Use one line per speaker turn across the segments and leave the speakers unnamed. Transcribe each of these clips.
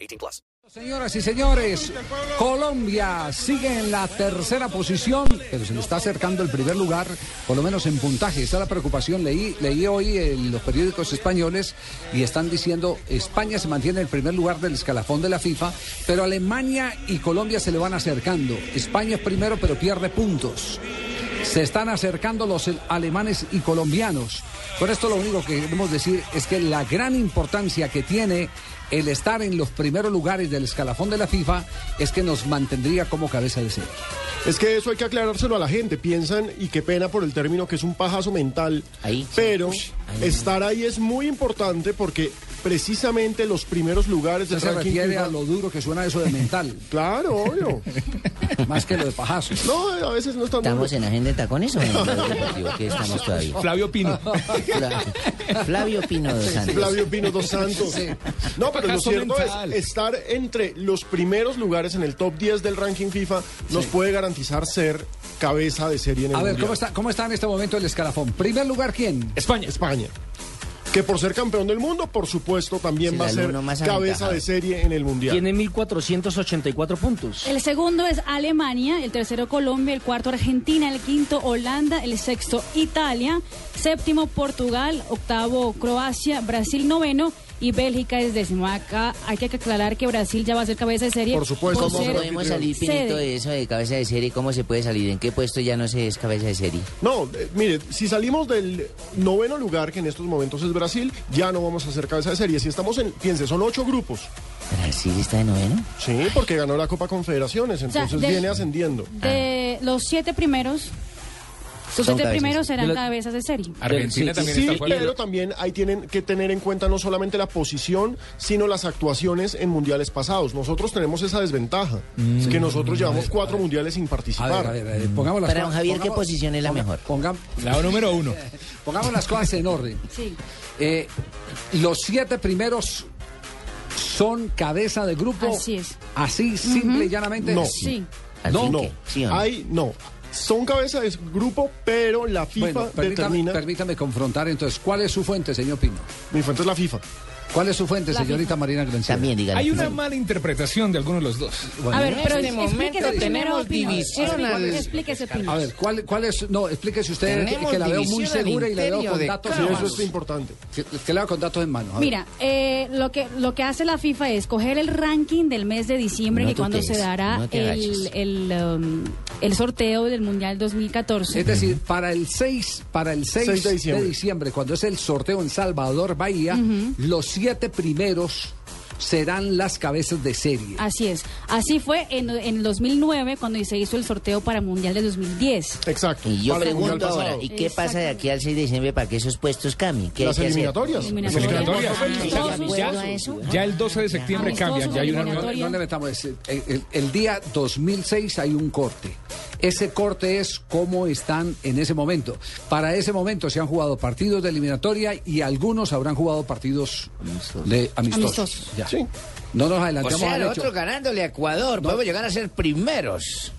18 plus.
Señoras y señores, Colombia sigue en la tercera posición, pero se le está acercando el primer lugar, por lo menos en puntaje. Está la preocupación. Leí, leí hoy en los periódicos españoles y están diciendo España se mantiene en el primer lugar del escalafón de la FIFA, pero Alemania y Colombia se le van acercando. España es primero, pero pierde puntos. Se están acercando los alemanes y colombianos. Por esto lo único que queremos decir es que la gran importancia que tiene el estar en los primeros lugares del escalafón de la FIFA es que nos mantendría como cabeza de serie.
Es que eso hay que aclarárselo a la gente. Piensan, y qué pena por el término, que es un pajazo mental.
Ahí, sí.
pero
Ush, ahí.
estar ahí es muy importante porque precisamente los primeros lugares
Usted
del
se
ranking
refiere
FIFA-
a lo duro que suena eso de mental,
Claro, obvio.
más que lo de pajazo.
No, a veces no están...
¿Estamos en Agenda de Tacones o en Blog Deportivo? ¿Qué estamos todavía?
Flavio Pino.
Fla- Flavio Pino dos Santos.
Flavio Pino dos Santos.
Sí.
No, pero lo
Fracaso
cierto
mental.
es estar entre los primeros lugares en el top 10 del ranking FIFA nos puede garantizar ser cabeza de serie en el
A ver,
Mundial.
¿cómo está, ¿cómo está en este momento el escalafón? Primer lugar, ¿quién?
España.
España. Que por ser campeón del mundo, por supuesto, también
Es
va a
el
ser
alumno más
cabeza
aventajado.
de serie en el Mundial.
Tiene 1.484 puntos.
El segundo es Alemania, el tercero Colombia, el cuarto Argentina, el quinto Holanda, el sexto Italia, séptimo Portugal, octavo Croacia, Brasil noveno y Bélgica es décimo. Acá hay que aclarar que Brasil ya va a ser cabeza de serie.
Por supuesto.
¿Cómo
Ser
podemos
anfitrión.
salir pinito
Sede.
de eso de cabeza de serie? ¿Cómo se puede salir? ¿En qué puesto ya no se es cabeza de serie?
No, eh, mire, si salimos del noveno lugar, que en estos momentos es Brasil, ya no vamos a hacer cabeza de serie. Si estamos en, piense, son ocho grupos.
¿Brasil está de noveno?
Sí, porque ganó la Copa Confederaciones,
sea,
entonces
del-
viene ascendiendo.
De los siete primeros, los
Ah. Son
siete
cabezas. Ah.
primeros serán
De la-
cabezas de serie.
Argentina
Sí,
también
Sí,
está fuera.
pero también ahí tienen que tener en cuenta no solamente la posición, sino las actuaciones en mundiales pasados. Nosotros tenemos esa desventaja, es que nosotros llevamos cuatro mundiales sin
Mm. A
participar.
ver, a ver, a ver, pongamos las
Para don
cosas-
Javier, ¿qué
pongamos-
posición es la mejor?
ponga-
La número uno.
pongamos las cosas en orden.
Sí.
Eh, los siete primeros son cabeza de grupo.
Así es.
Así, simple y llanamente.
No.
Sí.
¿Al
No,
fin
no,
qué? ¿Sí o no?
Ahí no. Son cabeza de grupo, pero la FIFA
Bueno, permítame,
determina.
permítame confrontar entonces. ¿Cuál es su fuente, señor Pino?
Mi fuente es la FIFA.
¿Cuál es su fuente,
La
señorita
FIFA.
Marina Granciera?
También, dígame.
Hay una mala interpretación de alguno de los dos.
A ver, pero
este momento
explíquese primero,
tenemos
Pino.
división
Explíquese-
al-
Explíquese, Pino.
A ver, ¿cuál, cuál es? No, explíquese usted
Tenemos
que la veo muy
división al
segura y la veo
imperio
con
de
datos
Sí,
en
eso
mano.
es importante.
Que, que la veo con datos en mano. a ver.
Mira, eh, lo que lo que hace la FIFA es coger el ranking del mes de diciembre,
No
que
te
cuando se
quejes,
dará
no te
el,
agaches.
el, um, el sorteo del Mundial 2014.
Es decir, para el 6, para el 6,
Seis de
de,
diciembre.
diciembre. cuando es el sorteo en Salvador Bahía, los siete primeros serán las cabezas de serie.
Así es. Así fue en, en 2009 cuando se hizo el sorteo para Mundial de 2010.
Exacto.
Y yo
para el Mundial
pregunto ahora,
pasado.
¿y qué pasa de
Exactamente.
aquí al 6 de diciembre para que esos puestos cambien? ¿Qué hay
Las
que hacer?
eliminatorias.
Eliminatorias.
Eliminatorias.
Ah,
Amistosos.
¿de acuerdo a eso?
Ya el 12 de septiembre
Amistosos,
cambian. Ya hay una nueva.
eliminatorias.
No le metamos ese. El, el- el día 2006 hay un corte. Ese corte es cómo están en ese momento. Para ese momento se han jugado partidos de eliminatoria y algunos habrán jugado partidos de amistosos.
Amistosos.
Ya.
Sí.
No nos adelantamos al hecho.
ganándole a Ecuador. Podemos llegar a ser primeros.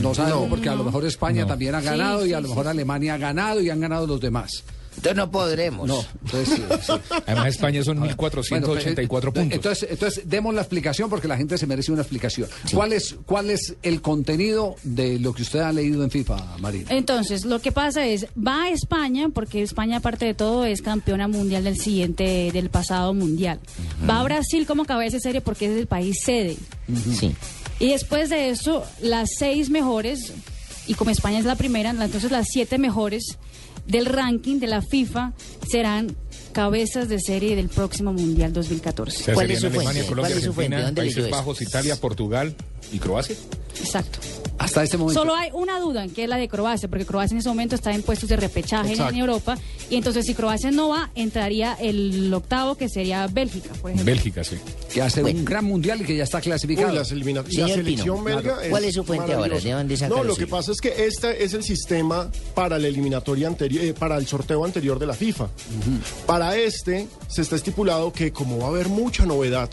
No sabemos porque a lo mejor España también ha ganado y a lo mejor Alemania ha ganado y han ganado los demás.
Entonces no podremos.
No, entonces sí, sí.
Además, España son
Bueno, pues,
1.484
eh,
puntos.
Entonces, entonces, demos la explicación porque la gente se merece una explicación. ¿Cuál, es, ¿Cuál es el contenido de lo que usted ha leído en FIFA,
Eh,
Marina?
Entonces, lo que pasa es, va a España, porque España, aparte de todo, es campeona mundial del siguiente, del pasado mundial. Va a Brasil como cabeza de serie porque es el país sede.
Sí.
Y después de eso, las seis mejores, y como España es la primera, la- entonces las siete mejores del ranking de la FIFA serán cabezas de serie del próximo Mundial 2014.
O sea,
¿Cuál
serían
es su fuente?
Alemania, Colombia,
¿Cuál es su fuente?
Argentina,
¿Dónde leyó
Países
eso?
Bajos, Italia, Portugal y Croacia.
Exacto.
Hasta este momento.
Solo hay una duda, en que es la de Croacia, porque Croacia en ese momento está en puestos de repechaje en- en,
Exacto.
Europa. Y entonces, si Croacia no va, entraría el octavo, que sería Bélgica, por ejemplo.
Bélgica, sí.
Que hace
Bueno.
un gran mundial y que ya está
Uy,
clasificado.
las elimina-
Señor
la selección
Pino,
belga
claro. ¿Cuál es su fuente ahora?
maravillosa.
¿De dónde saca
No,
lo
lo que
suyo?
pasa es que este es el sistema para la eliminatoria anterior, eh, para el sorteo anterior de la FIFA. Para este se está estipulado que como va a haber mucha novedad,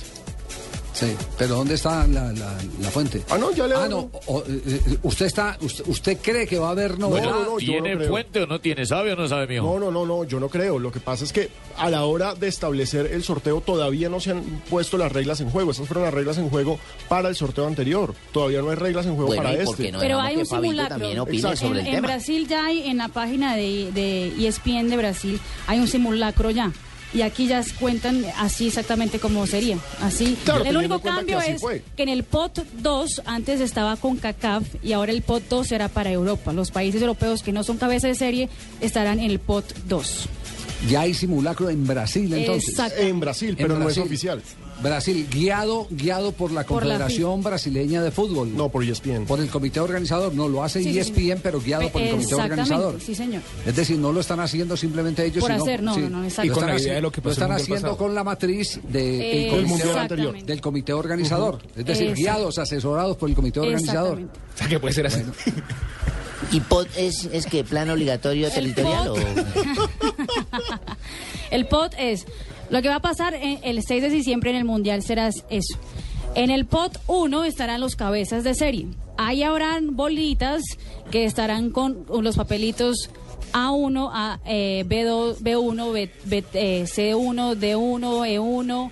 Sí, pero ¿dónde está la, la- la fuente?
Ah, no, ya le
Ah,
hablo.
no, o- eh, usted, está, usted, usted cree que va a haber novedad.
no, no, yo no
¿Tiene
creo.
puente o no tiene? ¿Sabe o no sabe, mijo?
No, no, no, no, yo no creo. Lo que pasa es que a la hora de establecer el sorteo todavía no se han puesto las reglas en juego. Esas fueron las reglas en juego para el sorteo anterior. Todavía no hay reglas en juego
Bueno,
para
¿y por
este.
qué no
Pero
dejamos
hay
que
un
Fabito
simulacro.
también opine
Exacto.
sobre
en,
el
en
tema?
Brasil ya hay, en la página de, de E ESPN de Brasil, hay un simulacro ya. Y aquí ya cuentan así exactamente como sería. Así.
Claro,
el
teniendo
único
en cuenta
cambio
que así
es
fue.
que en el POT 2 antes estaba con CACAF y ahora el POT 2 será para Europa. Los países europeos que no son cabeza de serie estarán en el POT 2.
Ya hay simulacro en Brasil, entonces.
Exacto.
En Brasil, pero
En
no
Brasil.
es oficial.
Brasil, guiado, guiado por la
Por la
Confederación Brasileña de Fútbol.
No, por E ESPN.
Por el comité organizador, no, lo hace E
Sí, sí,
ESPN,
sí.
pero guiado
Pe-
por el comité
exactamente,
organizador.
sí, señor.
Es decir, no lo están haciendo simplemente ellos,
Por
sino-
hacer, no, no, no, exacto.
Y con
Lo están
la idea de
haci-
lo que
lo
pasó el
están
mundial
haciendo
pasado.
con la matriz de-
Eh,
el
Del
comité-
mundial anterior.
exactamente.
del comité organizador. Es decir,
Exacto.
guiados, asesorados por el comité organizador.
Exactamente.
O sea, que puede ser así.
¿Y POT es, es que plan obligatorio territorial o...?
El pot es lo que va a pasar en- el 6 de diciembre en el Mundial será eso. En el pot 1 estarán los cabezas de serie. Ahí habrán bolitas que estarán con los papelitos A1, A, eh, B2, B1, B, B, eh, C1, D1, E1,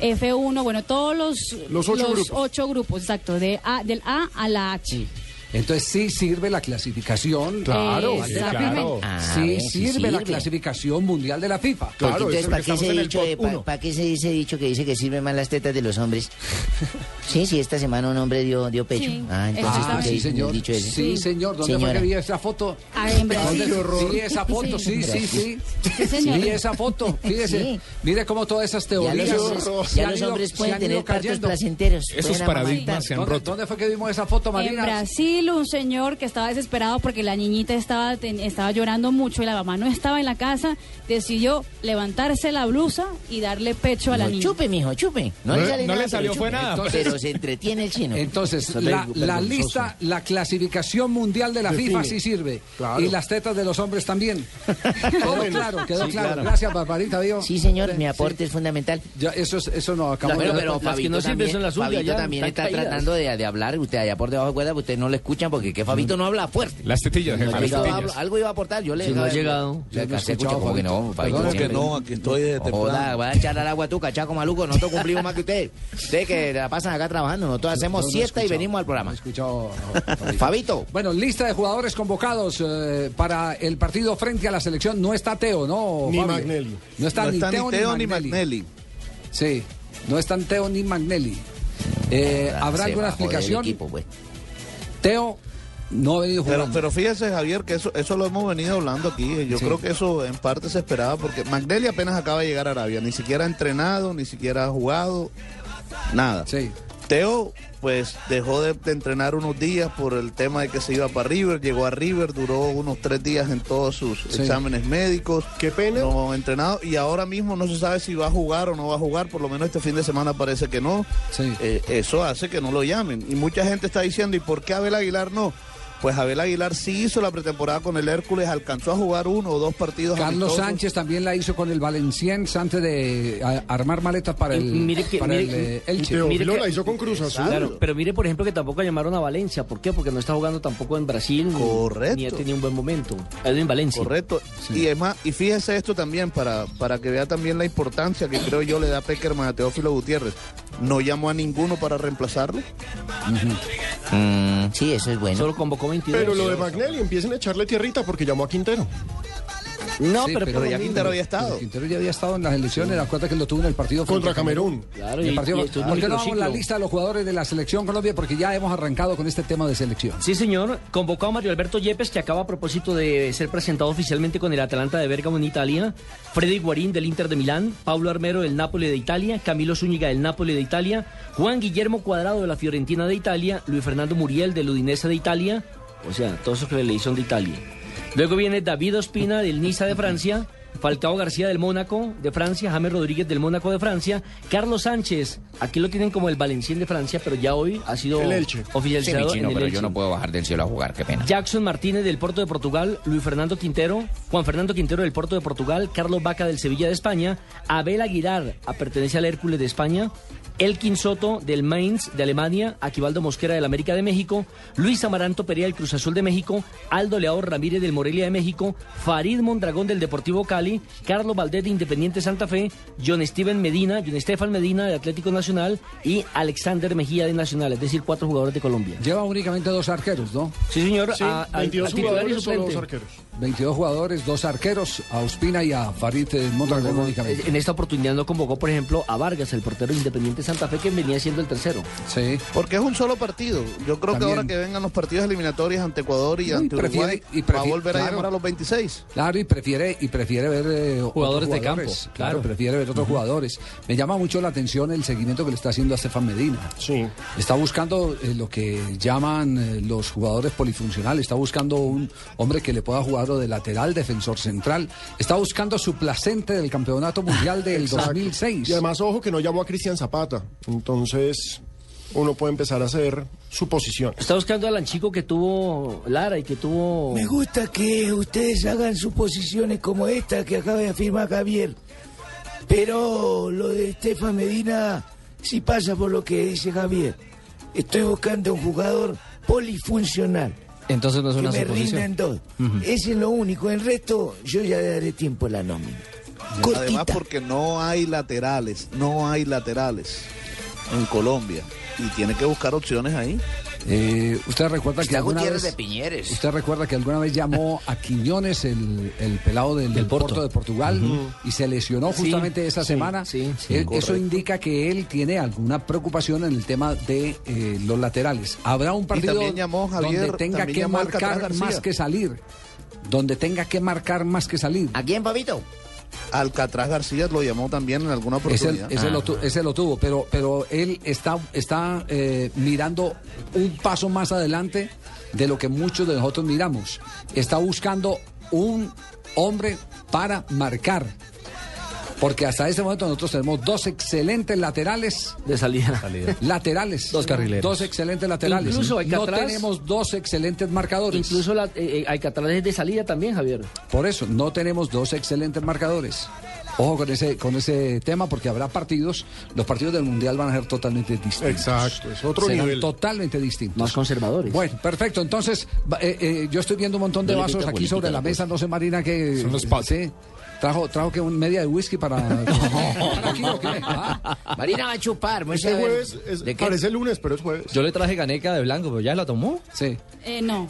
F1, bueno, todos los,
Los ocho grupos. Mm.
ocho grupos, exacto, de A, del A a la H.
Entonces sí sirve la clasificación.
Eh,
Claro,
sí,
Exactamente.
claro.
Ah,
sí
ve, sí
sirve, la
sirve.
clasificación mundial de la FIFA.
Porque
Claro,
entonces,
eso
¿para
es
qué,
lo que
ese
estamos en el
dicho de-
top
pa-
uno.
pa' qué se dice dicho que dice que sirven más las tetas de los hombres? Sí, sí, esta semana un hombre dio, dio pecho.
Sí,
ah, entonces
Ah,
¿qué
sí,
exactamente.
dicen el
señor.
dicho ese?
Sí, señor. ¿Dónde fue
Señora.
que vi esa foto?
Ah, en Brasil.
¿Dónde- Sí, esa foto, sí, sí, sí.
Sí, señor.
Sí, esa foto. Fíjese,
Sí.
mire cómo todas esas
Ya
teorías.
los hombres, ya
se han
los
ido-
hombres
se
pueden
han ido
tener partos
cayendo.
placenteros.
Esos
pueden
paradigmas
amamantar.
se han
¿Dónde,
roto.
dónde fue que vimos esa foto,
En
Marina?
Brasil, un señor que estaba desesperado porque la niñita estaba, ten- estaba llorando mucho y la mamá no estaba en la casa, decidió levantarse la blusa y darle pecho a la
No,
niña.
chupe, mijo, chupe. No,
No
le
le-
sale
no
nada,
le salió,
pero
fue
chupe.
nada.
Entonces- pero se entretiene el chino.
Entonces,
Eso es
la,
algo
la
vergonzoso.
lista, la clasificación mundial de la FIFA sí sirve.
Claro.
Y las tetas de los hombres también. quedó claro, quedó claro. Gracias, Barbarita, ¿vio?
Sí, señor, mi aporte es fundamental.
Ya, eso, es- eso no acabamos
Bueno,
de
pero
las que
Fabito
no sirven
también,
son las suyas,
Fabito
ya,
también está
están caídas.
tratando de, de hablar. Usted allá por debajo de cuerda, usted no le escuchan porque que Fabito no habla fuerte.
Las tetillas,
No
jefe, las
llegaba, hablo-
tetillas.
algo iba a aportar, yo le
Si no ha llegado.
Ya
Yo no he
se escucha
escuchado,
como que no,
Fabito.
Fabito.
Perdón,
siempre.
que no,
aquí estoy de
Joda, voy a echar al agua tú, cachaco maluco. Nosotros cumplimos más que ustedes. Ustedes que la pasan acá trabajando. Nosotros hacemos
No, no he
siesta y
escuchado,
venimos al
no
programa.
he escuchado, no, Fabito.
Fabito.
Bueno, lista de jugadores convocados eh, para el partido frente a la selección. No está Teo, ¿no?
Ni
Fabio?
Magnelli.
No está, ni, Teo, ni Magnelli. Sí, no están Teo ni Magnelli. Eh, ¿Habrá alguna
Ah, Se bajó del
explicación?
equipo, pues.
Teo no ha venido
Pero,
jugando.
pero fíjese, Javier, que eso, eso lo hemos venido hablando aquí. Yo creo que eso en parte se esperaba porque Magdelli apenas acaba de llegar a Arabia. Ni siquiera ha entrenado, ni siquiera ha jugado, nada.
Sí.
Teo, pues dejó de, de entrenar unos días por el tema de que se iba para River. Llegó a River, duró unos tres días en todos sus
Sí.
exámenes médicos.
Qué pena.
No ha entrenado y ahora mismo no se sabe si va a jugar o no va a jugar. Por lo menos este fin de semana parece que no.
Sí.
Eh, eso hace que no lo llamen. Y mucha gente está diciendo, ¿y por qué Abel Aguilar no? Pues Abel Aguilar sí hizo la pretemporada con el Hércules, alcanzó a jugar uno o dos partidos.
Carlos
amistosos.
Sánchez también la hizo con el Valenciennes antes de a- armar maletas para el,
Mire que-
para
mire-
el, eh, Elche.
Teófilo
que-
la hizo con Cruz Azul.
Claro, pero mire, por ejemplo, que tampoco llamaron a Valencia. ¿Por qué? Porque no está jugando tampoco en Brasil. ni-
Correcto.
Ni ha tenido un buen momento. Edwin Valencia.
Correcto. Y es más, y fíjese esto también para, para que vea también la importancia que creo yo le da Peckerman a Teófilo Gutiérrez. No llamó a ninguno para reemplazarlo.
Mm, sí, eso es bueno.
Solo convocó 22.
Pero lo de Magnelli, empiecen a echarle tierrita porque llamó a Quintero.
No, pero- pero ya
lo mismo.
Quintero había
Pero
estado.
Quintero ya había estado en las elecciones, la cuenta que lo tuvo en el partido frente
Contra
a
Camerún.
Claro,
El
y-
partido-
y esto es
¿Por
un
qué no damos la
microciclo.
lista de los jugadores de la selección Colombia? Porque ya hemos arrancado con este tema de selección.
Sí, señor. Convocado Mario Alberto Yepes, que acaba a propósito de ser presentado oficialmente con el Atalanta de Bérgamo en Italia. Freddy Guarín del Inter de Milán. Pablo Armero del Nápoles de Italia. Camilo Zúñiga del Nápoles de Italia. Juan Guillermo Cuadrado de la Fiorentina de Italia. Luis Fernando Muriel del Udinese de Italia. O sea, todos esos que le son de Italia. Luego viene David Ospina del Niza de Francia. Falcao García del Mónaco de Francia, James Rodríguez del Mónaco de Francia, Carlos Sánchez, aquí lo tienen como el Valencien de Francia, pero ya hoy ha sido
El Elche.
Sí,
oficializado
mi chino,
en el
pero yo
Elche.
no puedo bajar del cielo a jugar, qué pena.
Jackson Martínez del Porto de Portugal, Luis Fernando Quintero, Juan Fernando Quintero del Porto de Portugal, Carlos Vaca del Sevilla de España, Abel Aguilar a- pertenece al Hércules de España, Elkin Soto del Mainz de Alemania, Aquivaldo Mosquera del América de México, Luis Amaranto Perea del Cruz Azul de México, Aldo Leao Ramírez del Morelia de México, Farid Mondragón del Deportivo Cali, Carlos Valdés de Independiente Santa Fe, John Steven Medina, John Estefan Medina de Atlético Nacional y Alexander Mejía de Nacional, es decir, cuatro jugadores de Colombia.
Lleva únicamente dos arqueros, ¿no?
Sí, señor.
Sí,
a- a-
22
a titular y
jugadores, solo
suplente.
dos arqueros.
22 jugadores, dos arqueros, a Ospina y a Farid eh, Mondragón únicamente.
Eh, En esta oportunidad no convocó, por ejemplo, a Vargas, el portero de independiente Santa Fe, que venía siendo el tercero. eh,
Sí.
Porque es un solo partido. Yo creo
También.
que ahora que vengan los partidos eliminatorios ante Ecuador y
No, y
ante
prefiere-
Uruguay,
y
va a
prefiere-
volver a
claro.
llamar a los 26.
Claro, y prefiere, y prefiere ver eh, otros
Jugadores de campo,
Claro,
claro.
prefiere ver otros jugadores. Me llama mucho la atención el seguimiento que le está haciendo a Estefan Medina.
Sí.
Está buscando eh, lo que llaman eh, los jugadores polifuncionales. Está buscando un hombre que le pueda jugar o de lateral, defensor central. Está buscando su placente del Campeonato Mundial del
Exacto.
2006.
Y además, ojo que no llamó a Cristian Zapata. Entonces, uno puede empezar a hacer suposiciones.
Está buscando al chico que tuvo Lara y que tuvo.
Me gusta que ustedes hagan suposiciones como esta que acaba de afirmar Javier. Pero lo de Estefan Medina sí pasa por lo que dice Javier. Estoy buscando un jugador polifuncional.
Entonces no es
Que
una
me rinda
suposición.
en todo. Ese es lo único. El resto, yo ya le daré tiempo a la nómina.
Además, porque no hay laterales, no hay laterales en Colombia. Y tiene que buscar opciones ahí.
Eh, usted recuerda que
Está
alguna
Pues Gutiérrez
vez,
de Piñeres.
Usted recuerda que alguna vez llamó a Quiñones, el, el pelado del, Porto. de Portugal, y se lesionó
Sí,
justamente esa
sí,
semana.
sí, sí,
Eh, eso
correcto.
indica que él tiene alguna preocupación en el tema de eh, los laterales. Habrá un partido
también llamó, Javier,
donde tenga
también
que
llamó Alcatraz
marcar
García.
más que salir. Donde tenga que marcar más que salir.
¿A quién, Papito?
Alcatraz García lo llamó también en alguna
Ese,
oportunidad.
ese
Ah.
lo, tu- ese lo tuvo, pero, pero él está, está eh, mirando un paso más adelante de lo que muchos de nosotros miramos. Está buscando un hombre para marcar. Porque hasta este momento nosotros tenemos dos excelentes laterales.
De salida.
Laterales.
Dos carrileros.
Dos excelentes laterales.
Incluso
no
Alcatraz-
tenemos dos excelentes marcadores.
Incluso la, eh, eh, Alcatraz es de salida también, Javier.
Por eso, no tenemos dos excelentes marcadores. Ojo con ese, con ese tema, porque habrá partidos, los partidos del Mundial van a ser totalmente distintos.
Exacto, es otro
Serán
nivel.
totalmente distintos.
Más conservadores.
Bueno, perfecto. Entonces, va- eh, eh, yo estoy viendo un montón de
No le
vasos
pinta
aquí
política
sobre
la
la
cosa.
mesa. No sé, Marina, que...
Son los patos.
sí. Trajo, trajo que un media de whisky para... ¿Para aquí o qué? Ah,
Marina va Pues a chupar, muy
Este jueves es-
¿De qué?
parece lunes, pero es jueves.
Yo le traje caneca de blanco, pero ya la tomó.
sí.
Eh, no.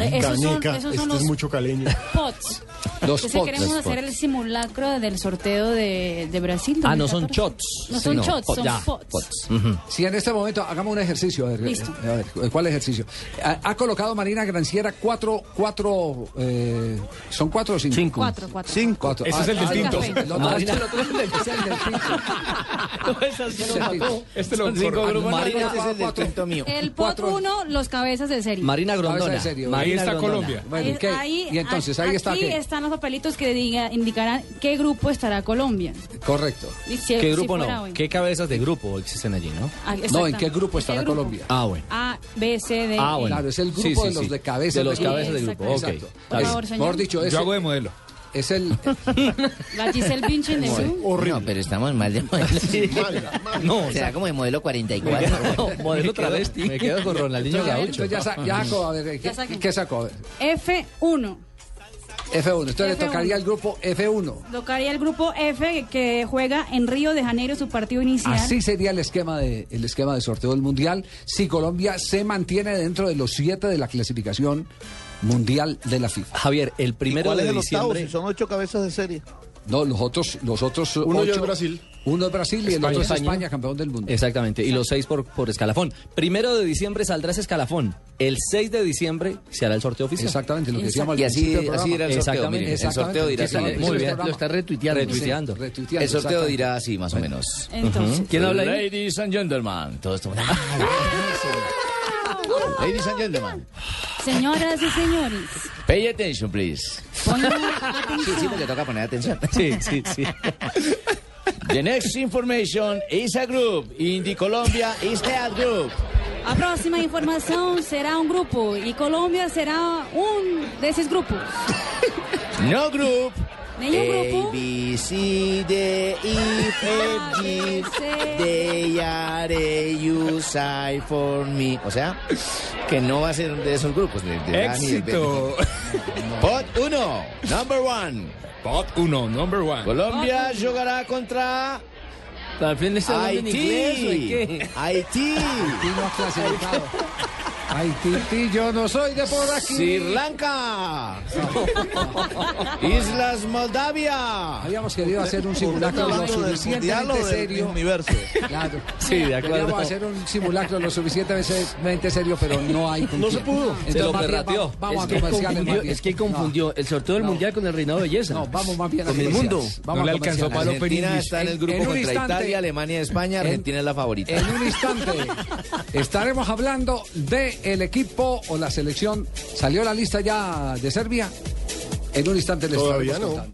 Eh, esos son,
Caneca,
esos son
este
los
es mucho caleño.
pots.
Los
Entonces
pots.
queremos hacer el simulacro del sorteo de, de Brasil.
Ah, no son
2014.
shots.
No son
No,
shots,
pot-
son
ya,
pots.
Si en este momento hagamos un ejercicio, a ver,
Listo.
eh, a ver, ¿cuál ejercicio? Ha, ha colocado Marina Granciera cuatro, cuatro, eh, son cuatro o cinco.
Cinco.
Cuatro, cuatro.
Cuatro.
Ese es el
ah,
distinto.
el otro-
Marina-
el otro es el del tinto.
Ese
lo mató.
Este lo corta.
Marina,
Marina,
ese es el
cuatro.
descuento mío.
El pot
Cuatro.
uno, los cabezas de serie.
Marina
Cabeza
Grondona.
de serie,
Marina
Ahí está
Grondona.
Colombia.
Bueno, ¿y
Es-
qué?
Eh, ahí-
y entonces, ahí
aquí
está qué?
están los papelitos que diga- indicarán qué grupo estará Colombia.
Correcto.
Y
eh,
si-
¿Qué
si
grupo
fuera
no?
hoy.
¿Qué cabezas de grupo existen allí, no?
Ah,
No, ¿en
exactamente.
qué grupo estará
¿Qué grupo?
Colombia?
Ah, bueno.
A, B, C, D.
Ah,
E.
bueno.
Claro, es el grupo
Sí, sí,
de los
sí.
de cabeza.
De los
de-
cabezas de grupo, ok.
Exacto.
Está
Por
Es-
bien.
favor, señor.
mejor dicho, es,
Yo hago de modelo.
es el...
La Giselle Bündchen de Zoom.
Horrible. No, pero estamos mal de modelo.
No, o sea,
Será como de modelo 44.
modelo travesti. Me quedo con Ronaldinho
Entonces,
Gaucho.
ya, sa- ya saco, a ver, ¿qué,
Ya saquen.
qué saco? A ver.
F1.
F1, entonces le
F1.
tocaría al grupo F1.
Tocaría el grupo F que juega en Río de Janeiro su partido inicial.
Así sería el esquema de el esquema de sorteo del mundial si Colombia se mantiene dentro de los siete de la clasificación mundial de la FIFA.
Javier, el
¿Y cuál es el octavo? Si son ocho cabezas de serie.
No, los otros, los otros
Uno ya
ocho-
es Brasil.
Uno es Brasil y el
España.
otro es
España.
España, campeón del mundo.
Exactamente, y los seis por, por escalafón. Primero de diciembre saldrá ese escalafón. El 6 de diciembre se hará el sorteo oficial.
Exactamente,
lo que decíamos al Y así- principio del así programa. irá el sorteo,
Exactamente,
miren, el sorteo dirá así.
Exactamente. Muy bien.
Lo está retuiteando.
Retuiteando.
Sí, El sorteo dirá así, más o menos.
Entonces. ¿Quién habla ahí?
Ladies and gentlemen. Todo esto. Ah, Ladies and gentlemen.
Señoras y señores,
Pay attention, please.
pongan
Sí, sí,
atención.
porque toca poner atención.
Sí, sí, sí.
The next information is a group. In the Colombia is that group.
A próxima información será un grupo y Colombia será un de esos grupos.
No group.
Ningún grupo.
A, B, C, D, E, F, G, D, E, R, E, U, I, for me. O sea, que no va a ser de esos grupos. De, de Dani, de-
Éxito.
Pot 1, number one.
Pot 1, number one.
Colombia jugará contra
Al fin le está hablando Ah, en inglés, ¿o en
Haití.
qué?
Haití.
no ha clasificado. Haití, yo no soy de por aquí.
Sri Lanka. Islas Moldavia.
Habíamos querido hacer un simulacro lo
hablando del mundial o
suficientemente
del
serio.
universo?
Claro.
Sí, de acuerdo.
Queríamos hacer un simulacro lo suficientemente serio, pero no hay. con
No se
quién.
pudo.
Entonces,
Se lo
más bien,
perrateó.
vamos- Vamos a
es, que
comerciales. más
confundió,
bien.
es que confundió el sorteo del mundial con el reinado de belleza.
No, vamos más bien a
Con el
comerciales.
mundo.
Vamos
No le
a comerciales.
alcanzó para lo
Argentina
Open
está en el
en
grupo
un
contra
instante.
Italia, Alemania, España.
En-
Argentina es la favorita.
En un instante estaremos hablando del equipo o la selección. ¿Salió la lista ya de Serbia? En un instante les
Todavía
estaremos
no.
contando.